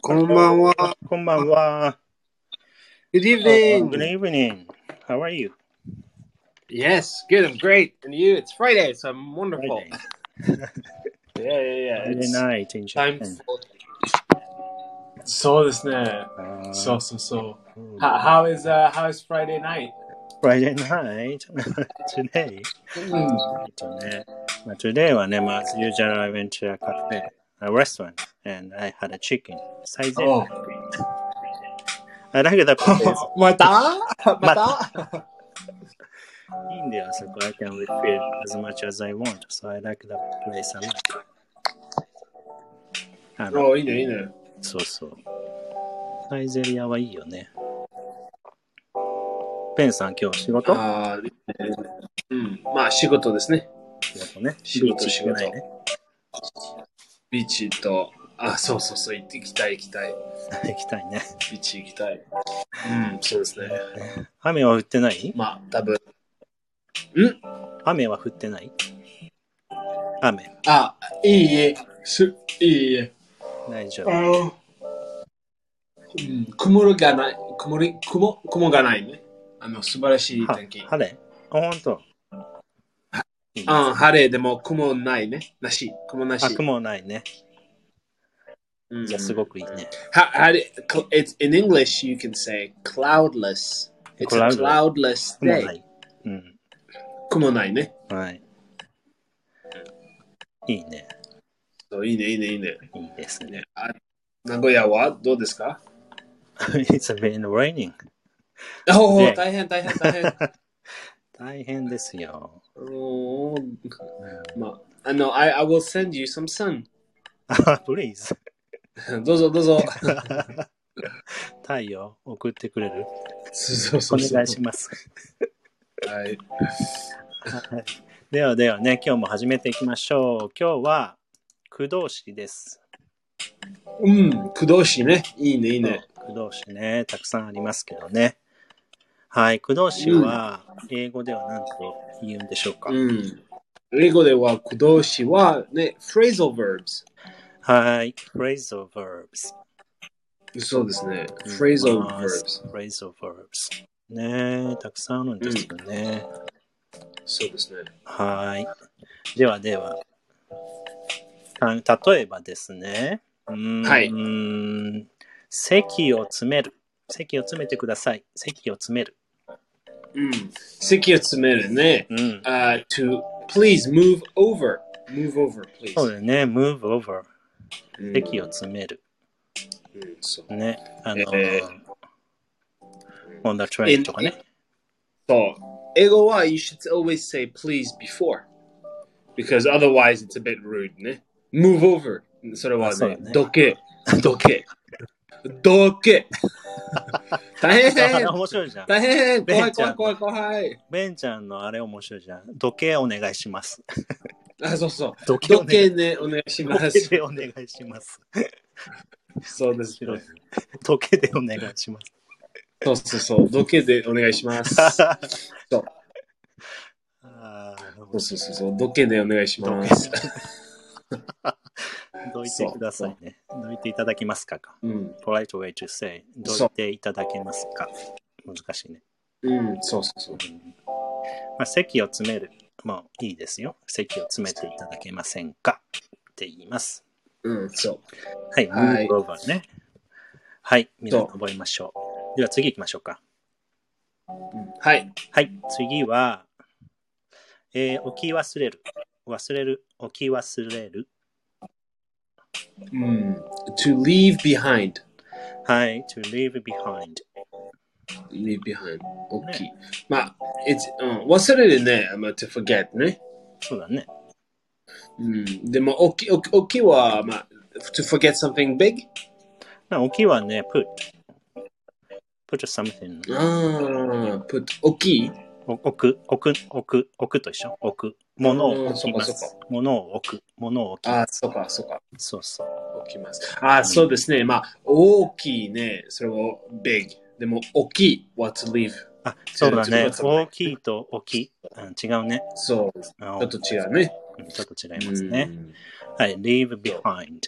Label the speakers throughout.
Speaker 1: こんばんは。
Speaker 2: こんばんは。
Speaker 1: Good
Speaker 2: Good
Speaker 1: evening.
Speaker 2: evening. How are you?
Speaker 1: Yes, good. I'm great. And you? It's Friday, so I'm wonderful.
Speaker 2: Friday,
Speaker 3: Yeah, yeah, yeah.
Speaker 2: Friday
Speaker 3: It's
Speaker 2: night in
Speaker 1: Time
Speaker 2: Japan.
Speaker 1: for
Speaker 3: そうですね。
Speaker 2: Uh,
Speaker 3: そうそうそう。
Speaker 2: mm,
Speaker 3: How, how is、uh, how is Friday night?
Speaker 2: Friday night today. えっとね、まあ、today はね、まあ、as usual I went to a cafe, a restaurant, and I had a chicken. 最善。
Speaker 3: Oh.
Speaker 2: I like the coffee.
Speaker 1: また また
Speaker 2: いいんだよ、そこ。I can refill as much as I want. So I like that place a lot. あの、
Speaker 1: いいね、いいね。
Speaker 2: そうそう。サイゼリアはいいよね。ペンさん、今日仕事仕
Speaker 1: ああ、いいねうん。まあ、仕事ですね。
Speaker 2: 事ね。
Speaker 1: 仕事
Speaker 2: ビーチ行けないね。
Speaker 1: ビーチと、あ、そうそうそう、行って行きたい、行きたい。
Speaker 2: 行きたいね。
Speaker 1: ビーチ行きたい。うん、そうですね。
Speaker 2: 雨は降ってない
Speaker 1: まあ、多分
Speaker 2: 雨は降ってない雨。
Speaker 1: あ、いいえ。すいいえ。
Speaker 2: 大丈
Speaker 1: あ
Speaker 2: 夫。
Speaker 1: の、うん、曇るがない、曇り、雲、雲がないね。あの、素晴らしい
Speaker 2: は
Speaker 1: 天気。
Speaker 2: 晴れあ、ほんと。いいね
Speaker 1: うん、晴れでも雲ないね。なし、雲なし。
Speaker 2: あ、雲ないね。
Speaker 1: うん
Speaker 2: じゃあ、すごくいいね。
Speaker 1: How, how do, cl- it's in English you can say cloudless. It's a cloudless
Speaker 2: 雲な
Speaker 1: day.
Speaker 2: い。うん。
Speaker 1: 雲ないね。
Speaker 2: はい。いいね。
Speaker 1: そういいね、いいね、いいね。
Speaker 2: いいですね。
Speaker 1: あ名古屋はどうです か
Speaker 2: It's been raining.
Speaker 1: おお、
Speaker 2: ね
Speaker 1: 大変、大変、大変。
Speaker 2: 大変ですよ。
Speaker 1: おーまあ、あの、I, Uh, I will send you some sun.
Speaker 2: あ Please.
Speaker 1: どうぞ、どう ぞ。
Speaker 2: 太陽送ってくれる
Speaker 1: そう
Speaker 2: お
Speaker 1: そうそう。
Speaker 2: 願いします。
Speaker 1: はい。
Speaker 2: ではではね、今日も始めていきましょう。今日は、駆動詞です。
Speaker 1: うん、駆動詞ね。いいね、いいね。
Speaker 2: 駆動詞ね、たくさんありますけどね。はい、駆動詞は、英語では何と言うんでしょうか。
Speaker 1: うん。英語では駆動詞はね、phrasal verbs。
Speaker 2: はい、phrasal verbs。
Speaker 1: そうですね。phrasal
Speaker 2: Mm, まあ
Speaker 1: verbs。
Speaker 2: phrasal verbs。ねえたくさんあるんですよね。
Speaker 1: そうですね。
Speaker 2: はい。ではでは。た例えばですね。うーん
Speaker 1: はい。
Speaker 2: 席を詰める。席を詰めてください。席を詰める。
Speaker 1: うん。席を詰めるね。
Speaker 2: うん。
Speaker 1: あ、to please move over. Move over, please.
Speaker 2: そうだよね。move over。
Speaker 1: うん
Speaker 2: 席を詰める。
Speaker 1: うんそう
Speaker 2: ね。あの、
Speaker 1: え
Speaker 2: on the train とかね。
Speaker 1: そう英語は you should always say please before. Because otherwise it's a bit rude ね。move over. それは
Speaker 2: あそうだ
Speaker 1: ね
Speaker 2: ね、
Speaker 1: ど け。どけ。どけ。大
Speaker 2: あれ
Speaker 1: 変
Speaker 2: 面白いじゃん。
Speaker 1: 大変怖
Speaker 2: ベン
Speaker 1: い
Speaker 2: ち
Speaker 1: 怖
Speaker 2: ゃ
Speaker 1: い
Speaker 2: ん
Speaker 1: 怖い怖い。
Speaker 2: ベンちゃんのあれ面白いじゃん。時計お願いします。
Speaker 1: あ、そうそう。
Speaker 2: 時計お
Speaker 1: 時
Speaker 2: 願い
Speaker 1: 計ね、お願いします。
Speaker 2: でお願いします。
Speaker 1: そうですね。
Speaker 2: 時計でお願いします。
Speaker 1: そうそうそう。時計でお願いします。そそう
Speaker 2: あー
Speaker 1: うそうそうそう。時計でお願いし
Speaker 2: ど
Speaker 1: ま
Speaker 2: け
Speaker 1: す。
Speaker 2: どいてくださいね。どいていただけますかか。
Speaker 1: うん。
Speaker 2: polite way to say ど
Speaker 1: そう
Speaker 2: いていただけますか難しいね。
Speaker 1: うん。そうそうそう。
Speaker 2: まあ、席を詰める。もういいですよ。席を詰めていただけませんかって言います。
Speaker 1: うん。そう。
Speaker 2: はい、
Speaker 1: はい
Speaker 2: move over ね。はい、みんな覚えましょう。では次行きましょうか。
Speaker 1: はい。
Speaker 2: はい、次は、えー置き忘れる。忘れる。置き忘れる。
Speaker 1: うん。to leave behind.
Speaker 2: はい、to leave behind。
Speaker 1: leave behind. 大きい。まあ、it's, うん、忘れるね。まあ、to forget ね。
Speaker 2: そうだね。
Speaker 1: うん。でも、大きい、大きい大きいは、まあ、to forget something big?
Speaker 2: まあ、置きはね、put。put something。
Speaker 1: ああ、put, 大きい
Speaker 2: お置く、置く、置く、置くと一緒。置く。物を置きま
Speaker 1: うんそっか
Speaker 2: す
Speaker 1: そ。
Speaker 2: 物を置く。物を置き
Speaker 1: あ
Speaker 2: ま
Speaker 1: あ、
Speaker 2: す。
Speaker 1: そうか、そうか。
Speaker 2: そうそう。
Speaker 1: 起きます。あ、そうですね。まあ、大きいね。それは big。でも、大きい what to leave。
Speaker 2: あ、そうだ
Speaker 1: 違う違
Speaker 2: ね
Speaker 1: う。違う
Speaker 2: 大きいと大きい。うん違うね。
Speaker 1: そう。ち
Speaker 2: あ
Speaker 1: ょっと違うね。
Speaker 2: うんちょっと違いますね。
Speaker 1: うん
Speaker 2: はい、leave behind。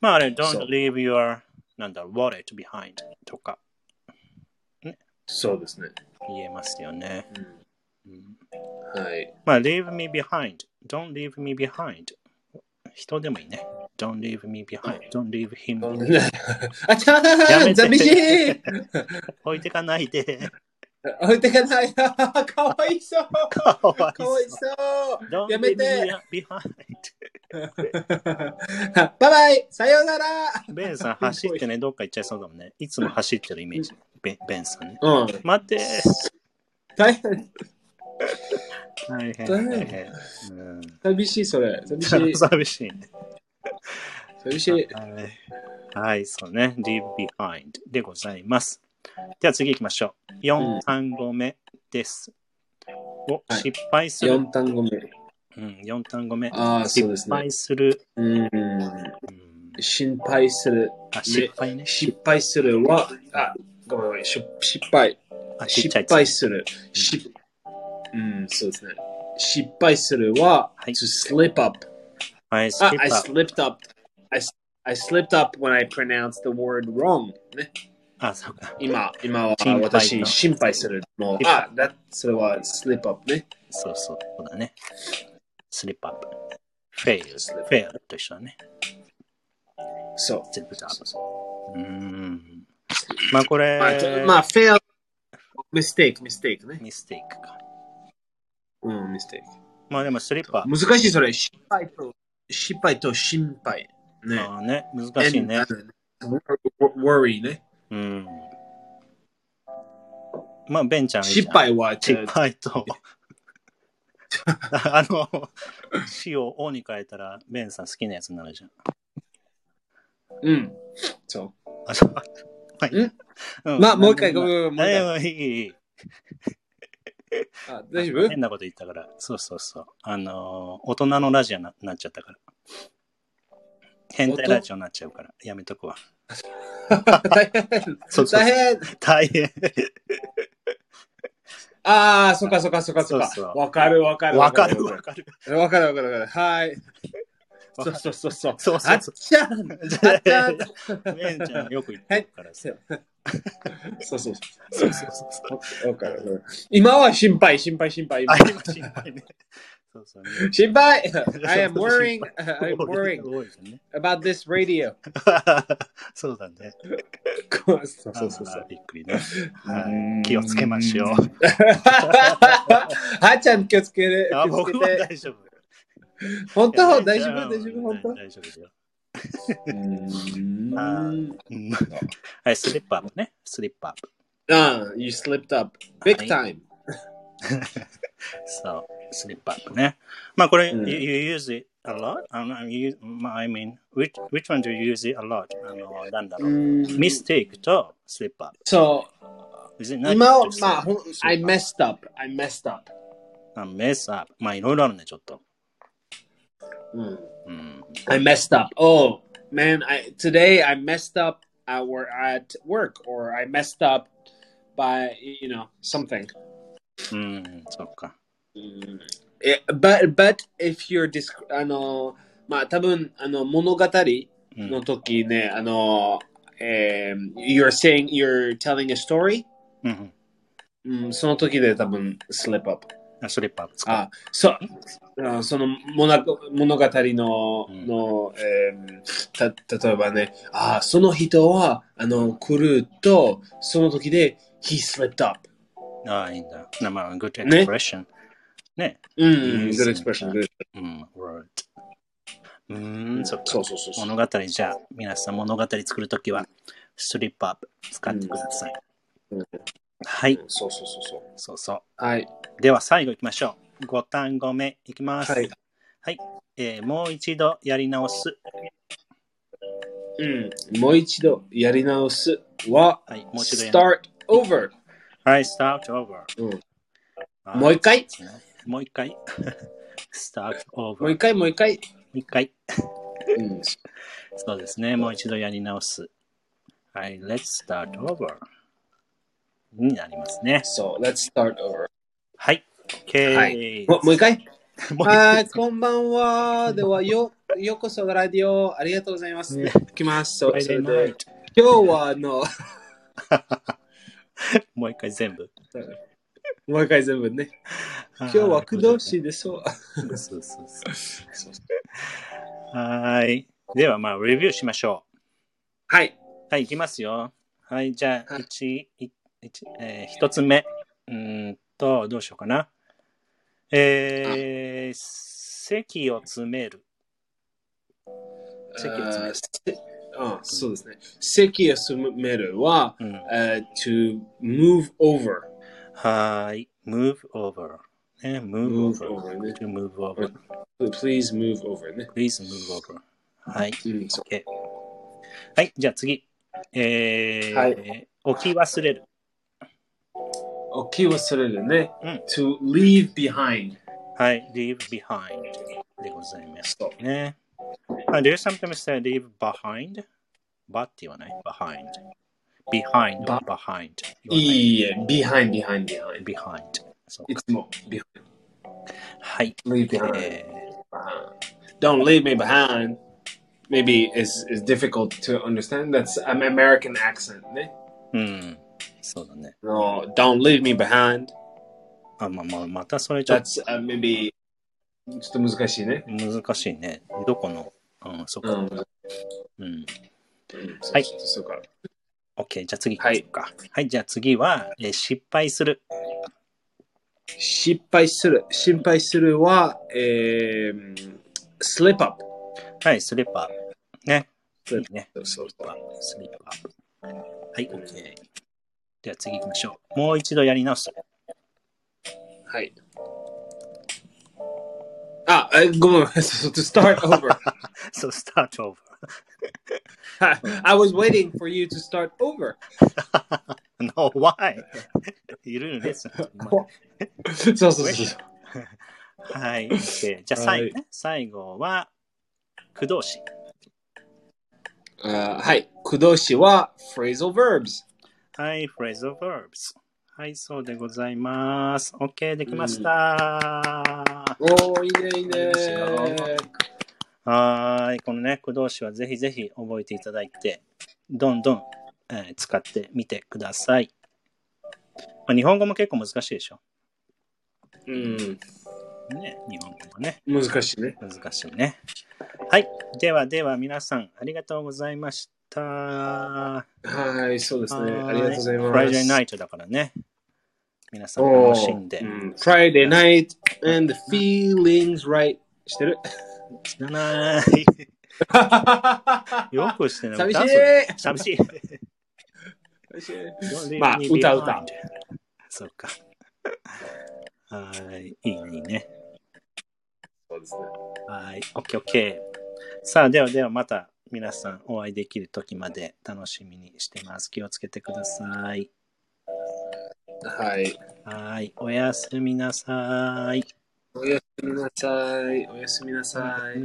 Speaker 2: まああれ、don't
Speaker 1: そう
Speaker 2: leave your なんだ wallet behind とか
Speaker 1: そうですね。
Speaker 2: 言えますよね。うん
Speaker 1: はい。
Speaker 2: まあ、leave me behind, don't leave me behind 人でもいいね。don't leave me behind, don't leave him behind
Speaker 1: あちゃ
Speaker 2: や
Speaker 1: ー
Speaker 2: め
Speaker 1: ん
Speaker 2: て
Speaker 1: 寂しい
Speaker 2: 置いてかな いで。
Speaker 1: 置いてかない な。かわいそう。
Speaker 2: かわい
Speaker 1: か
Speaker 2: そ
Speaker 1: わ
Speaker 2: う
Speaker 1: いそう。
Speaker 2: Don't
Speaker 1: やめ
Speaker 2: leave
Speaker 1: て。
Speaker 2: me behind.
Speaker 1: バイバイさようなら
Speaker 2: ベンさん走ってね、どっか行っちゃいそうだもんね。いつも走ってるイメージ。ベベンさんね。
Speaker 1: うん。
Speaker 2: 待って
Speaker 1: 大変。
Speaker 2: 大変
Speaker 1: 大変
Speaker 2: 大変。うん
Speaker 1: 寂しい、それ。寂しい。
Speaker 2: 寂しいね。
Speaker 1: 寂しい。
Speaker 2: はいはい、そうね。leave behind でございます。では次行きましょう。4単語目です。お、
Speaker 1: はい
Speaker 2: 失敗する。
Speaker 1: 4単語目。
Speaker 2: うん、4単語目。
Speaker 1: ああ、そうで
Speaker 2: 失
Speaker 1: すね。
Speaker 2: 敗する。
Speaker 1: うん。
Speaker 2: うん
Speaker 1: 心配する。
Speaker 2: あ、失敗ね。
Speaker 1: 失敗するは、あ、ごめんごめん。し失敗。
Speaker 2: あ、ちっ
Speaker 1: 失
Speaker 2: ちゃい。
Speaker 1: 敗する。失うん、そうですね。失敗するは、
Speaker 2: はい
Speaker 1: to slip up.
Speaker 2: はい、失
Speaker 1: Ah, I。
Speaker 2: 敗
Speaker 1: slipped up. I, s- I slipped up when I pronounced the word wrong. ね、
Speaker 2: あ、そうか。
Speaker 1: 今今は
Speaker 2: 心配と
Speaker 1: 私心配するの。あ、だそれは uh, slip up ね。
Speaker 2: そうそう、そうだね。スリップアップ。フェイル、
Speaker 1: Slip
Speaker 2: フェイルと一緒だね。
Speaker 1: そう。
Speaker 2: 全部ダ
Speaker 1: そうそう
Speaker 2: ブ。うーん。まあこれ、
Speaker 1: まあ、ちょまあ、fail、mistake、mistake ね。
Speaker 2: ミステイクか。
Speaker 1: うん、mistake。
Speaker 2: まあでもスリップアップ。
Speaker 1: 難しいそれ。失敗と、失敗と心配。ね。
Speaker 2: あーね、難しいね。
Speaker 1: And- uh, worry ね。
Speaker 2: うん。まあベンちゃんいいじゃん
Speaker 1: 失。敗は、
Speaker 2: 失敗と。あの、死を王に変えたら、ベンさん好きなやつになるじゃん。
Speaker 1: うん。そう。
Speaker 2: あ、そう。はい
Speaker 1: ん
Speaker 2: ん
Speaker 1: まあ、もう一回、ごめんごめん、もう一
Speaker 2: いやい
Speaker 1: 回。
Speaker 2: やいいいい。
Speaker 1: あ大丈夫
Speaker 2: 変なこと言ったから、そうそうそう。あのー、大人のラジオにななっちゃったから。変態ラジオになっちゃうから、やめとくわ。
Speaker 1: 大変
Speaker 2: そうそう
Speaker 1: 大変
Speaker 2: 大変。
Speaker 1: ああ、そっかそっかそっかそっ
Speaker 2: そ
Speaker 1: か。
Speaker 2: うそう
Speaker 1: わかるわかる
Speaker 2: わかるわかる。
Speaker 1: わかるわかるわかる。はい。
Speaker 2: わ
Speaker 1: そ
Speaker 2: か
Speaker 1: うそうそうそう。
Speaker 2: そう
Speaker 1: あ
Speaker 2: そう
Speaker 1: っ
Speaker 2: そ
Speaker 1: ちゃんあっちゃん
Speaker 2: う。めんちゃんよく言ってるからさ。
Speaker 1: そうそうそ
Speaker 2: そうそうそうそう。
Speaker 1: う。わかるわかる。今は心配、心配、心配。
Speaker 2: あ、今心 配ね。そうそう。
Speaker 1: 心 配
Speaker 2: う
Speaker 1: I am worrying, uh, I'm
Speaker 2: 心
Speaker 1: worrying
Speaker 2: 多いですね
Speaker 1: about this radio.
Speaker 2: そうだね。
Speaker 1: そうそうそうそ
Speaker 2: あ
Speaker 1: う
Speaker 2: ー。びっくりね。は
Speaker 1: うーん
Speaker 2: い。気をつけましょう。
Speaker 1: はっちゃん気をつける。
Speaker 2: あ、
Speaker 1: 気をつ
Speaker 2: 僕
Speaker 1: け
Speaker 2: は
Speaker 1: て。
Speaker 2: 大丈夫。
Speaker 1: 本
Speaker 2: いや
Speaker 1: 当
Speaker 2: ベン
Speaker 1: 大
Speaker 2: ち
Speaker 1: 丈
Speaker 2: ゃん
Speaker 1: 夫大丈夫本当
Speaker 2: 大丈夫だよ。
Speaker 1: うん
Speaker 2: あーうんはい、スリップアップね。スリップアップ。
Speaker 1: ああ、you Ah, slipped up. Big
Speaker 2: はい
Speaker 1: time.
Speaker 2: そう、スリップアップね。まあこれ、
Speaker 1: うん
Speaker 2: you, you use it a lot? I, don't know, you, I mean, which, which one do you use it a lot? あの、なんだろう。ミステイクとスリップアッ
Speaker 1: Mm, So,
Speaker 2: プ。Is it not
Speaker 1: 今は
Speaker 2: just
Speaker 1: まあ、ほん
Speaker 2: slip
Speaker 1: I
Speaker 2: up?
Speaker 1: messed up. I messed up.
Speaker 2: あ mess up。まあいろいろあるね、ちょっと。
Speaker 1: うん
Speaker 2: うん。
Speaker 1: I messed up. Oh, man, I today I messed up at work, at work or I messed up by, you know, something.
Speaker 2: うん、そっか。
Speaker 1: Yeah, Eh, but but if you're dis あのまあ多分あの物語
Speaker 2: うん
Speaker 1: の時ね、あの、えー you're saying you're telling a story、Hmm,
Speaker 2: うん
Speaker 1: うん、その時で多分 slip up
Speaker 2: あスリップアップ使う。
Speaker 1: あそうあその物語物語の,、
Speaker 2: うん
Speaker 1: のえーた例えばねあその人はあの来るとその時で he slipped up
Speaker 2: ああ、いいんだ。なまあ、good
Speaker 1: ね
Speaker 2: expression。ね。
Speaker 1: うん、
Speaker 2: うん
Speaker 1: good expression good
Speaker 2: うん、word。うーん、そっか。
Speaker 1: そうそうそうそう
Speaker 2: 物語じゃあ皆さん物語作るときはスリップアップ使ってください、
Speaker 1: うん
Speaker 2: はい
Speaker 1: そうそうそうそう
Speaker 2: そうそ
Speaker 1: はいう
Speaker 2: では最後いきましょう5単語目いきます
Speaker 1: はい、
Speaker 2: はいえーもう一度やり直す
Speaker 1: うん、もう一度やり直すは
Speaker 2: はいもう一度やり直
Speaker 1: start over
Speaker 2: すはい start over、
Speaker 1: うん
Speaker 2: あー
Speaker 1: もう一回
Speaker 2: もう一回 start
Speaker 1: もう
Speaker 2: over も
Speaker 1: 一回もう一回、
Speaker 2: う一回
Speaker 1: うん、
Speaker 2: そうですねもう一度やり直すはい let's start over になりますね
Speaker 1: そう let's start over
Speaker 2: はい OK、
Speaker 1: はいもうもう一回
Speaker 2: もう
Speaker 1: はい、こんばんは。 では、よ、ようこそラジオ、ありがとうございます。
Speaker 2: ね
Speaker 1: 行きます。そそれで、今日は、あの、
Speaker 2: もう一回全部。
Speaker 1: もう一回全部ね。
Speaker 2: 今
Speaker 1: 今日は工藤氏でそう。
Speaker 2: そうそうそう はーい。では、まあ、レビューしましょ
Speaker 1: はい。
Speaker 2: う。はい、いきますよ。はい、じゃあ、
Speaker 1: はい
Speaker 2: 一一一えー一つ目。うーんと、どうしようかな。えー、席を詰める。席を詰め
Speaker 1: あ
Speaker 2: る
Speaker 1: ーせあそうですね。席を詰めるは、
Speaker 2: うん、は
Speaker 1: えー to move over。
Speaker 2: ーい。move over. ね、move
Speaker 1: move
Speaker 2: over.
Speaker 1: over ね。
Speaker 2: to move over.
Speaker 1: Please move over ね。
Speaker 2: Please move over. はい。
Speaker 1: うん、そ
Speaker 2: OK。はい、じゃあ次。えー、
Speaker 1: は
Speaker 2: 置き忘れる。
Speaker 1: う置き忘れるね。
Speaker 2: うん
Speaker 1: to leave behind。
Speaker 2: はい、leave behind でございます
Speaker 1: そう。
Speaker 2: ね。あ、do you sometimes say leave behind? ばって言わない ?behind。behind は behind。
Speaker 1: いいえ、behind, behind, behind.
Speaker 2: behind。そう
Speaker 1: いつも behind.
Speaker 2: はい。
Speaker 1: Leave behind.
Speaker 2: え
Speaker 1: Don't leave me behind. Maybe it's, it's difficult to understand. That's an American accent. ね
Speaker 2: ー、うん。そうだね。
Speaker 1: No, don't leave me behind.
Speaker 2: あ、まあまあ、またそれちょっと
Speaker 1: That's、uh, maybe ちょっと難しいね。
Speaker 2: 難しいね。どこの、うん、そこ。
Speaker 1: うん。
Speaker 2: うん。
Speaker 1: はいそうか。
Speaker 2: OK、じゃあ次行
Speaker 1: は
Speaker 2: き
Speaker 1: い
Speaker 2: ましょうか。はい、じゃあ次は、えー失敗する。
Speaker 1: 失敗する。心配するは、えー、slip up。
Speaker 2: はい、スリッパー。ね。
Speaker 1: スリ
Speaker 2: いいね。
Speaker 1: そうそうそう。
Speaker 2: スリッパー。はい、OK。では次行きましょう。もう一度やり直す。
Speaker 1: はい。あ、えごめん。So to start over.
Speaker 2: so start over.
Speaker 1: I was waiting for you to start over.
Speaker 2: no, why? you didn't listen. to me.
Speaker 1: そうそうそうそう。
Speaker 2: はい。OK じゃあ最後ね、最後は、駆動詞。
Speaker 1: あーはい。駆動詞は phrasal verbs。
Speaker 2: はい、phrasal verbs。はい、そうでございます。OK、できました。
Speaker 1: おおいいね、いいね。
Speaker 2: はーい、このね、駆動詞はぜひぜひ覚えていただいて、どんどん、えー使ってみてください。まあ、日本語も結構難しいでしょ。
Speaker 1: うん。
Speaker 2: ね、日本語もね、
Speaker 1: 難しいね。
Speaker 2: 難しいね。はい、ではでは皆さん、ありがとうございました。は
Speaker 1: はい、そうですね。
Speaker 2: ー
Speaker 1: ありがとうございます。
Speaker 2: Friday night だからね。皆さん楽しんで。
Speaker 1: おーうん Friday night and the feelings right. してる
Speaker 2: 知らない。よくしてない。
Speaker 1: 寂しい
Speaker 2: 歌うの寂しい。
Speaker 1: まあ歌歌。
Speaker 2: そうか。はい。いいね、いいね。
Speaker 1: そうですね。
Speaker 2: はい。オッケーオッケー。さあ、ではではまた皆さんお会いできる時まで楽しみにしてます。気をつけてください。
Speaker 1: はい。
Speaker 2: はい。おやすみなさい。
Speaker 1: おやすみなさい。おやすみなさい。
Speaker 2: い。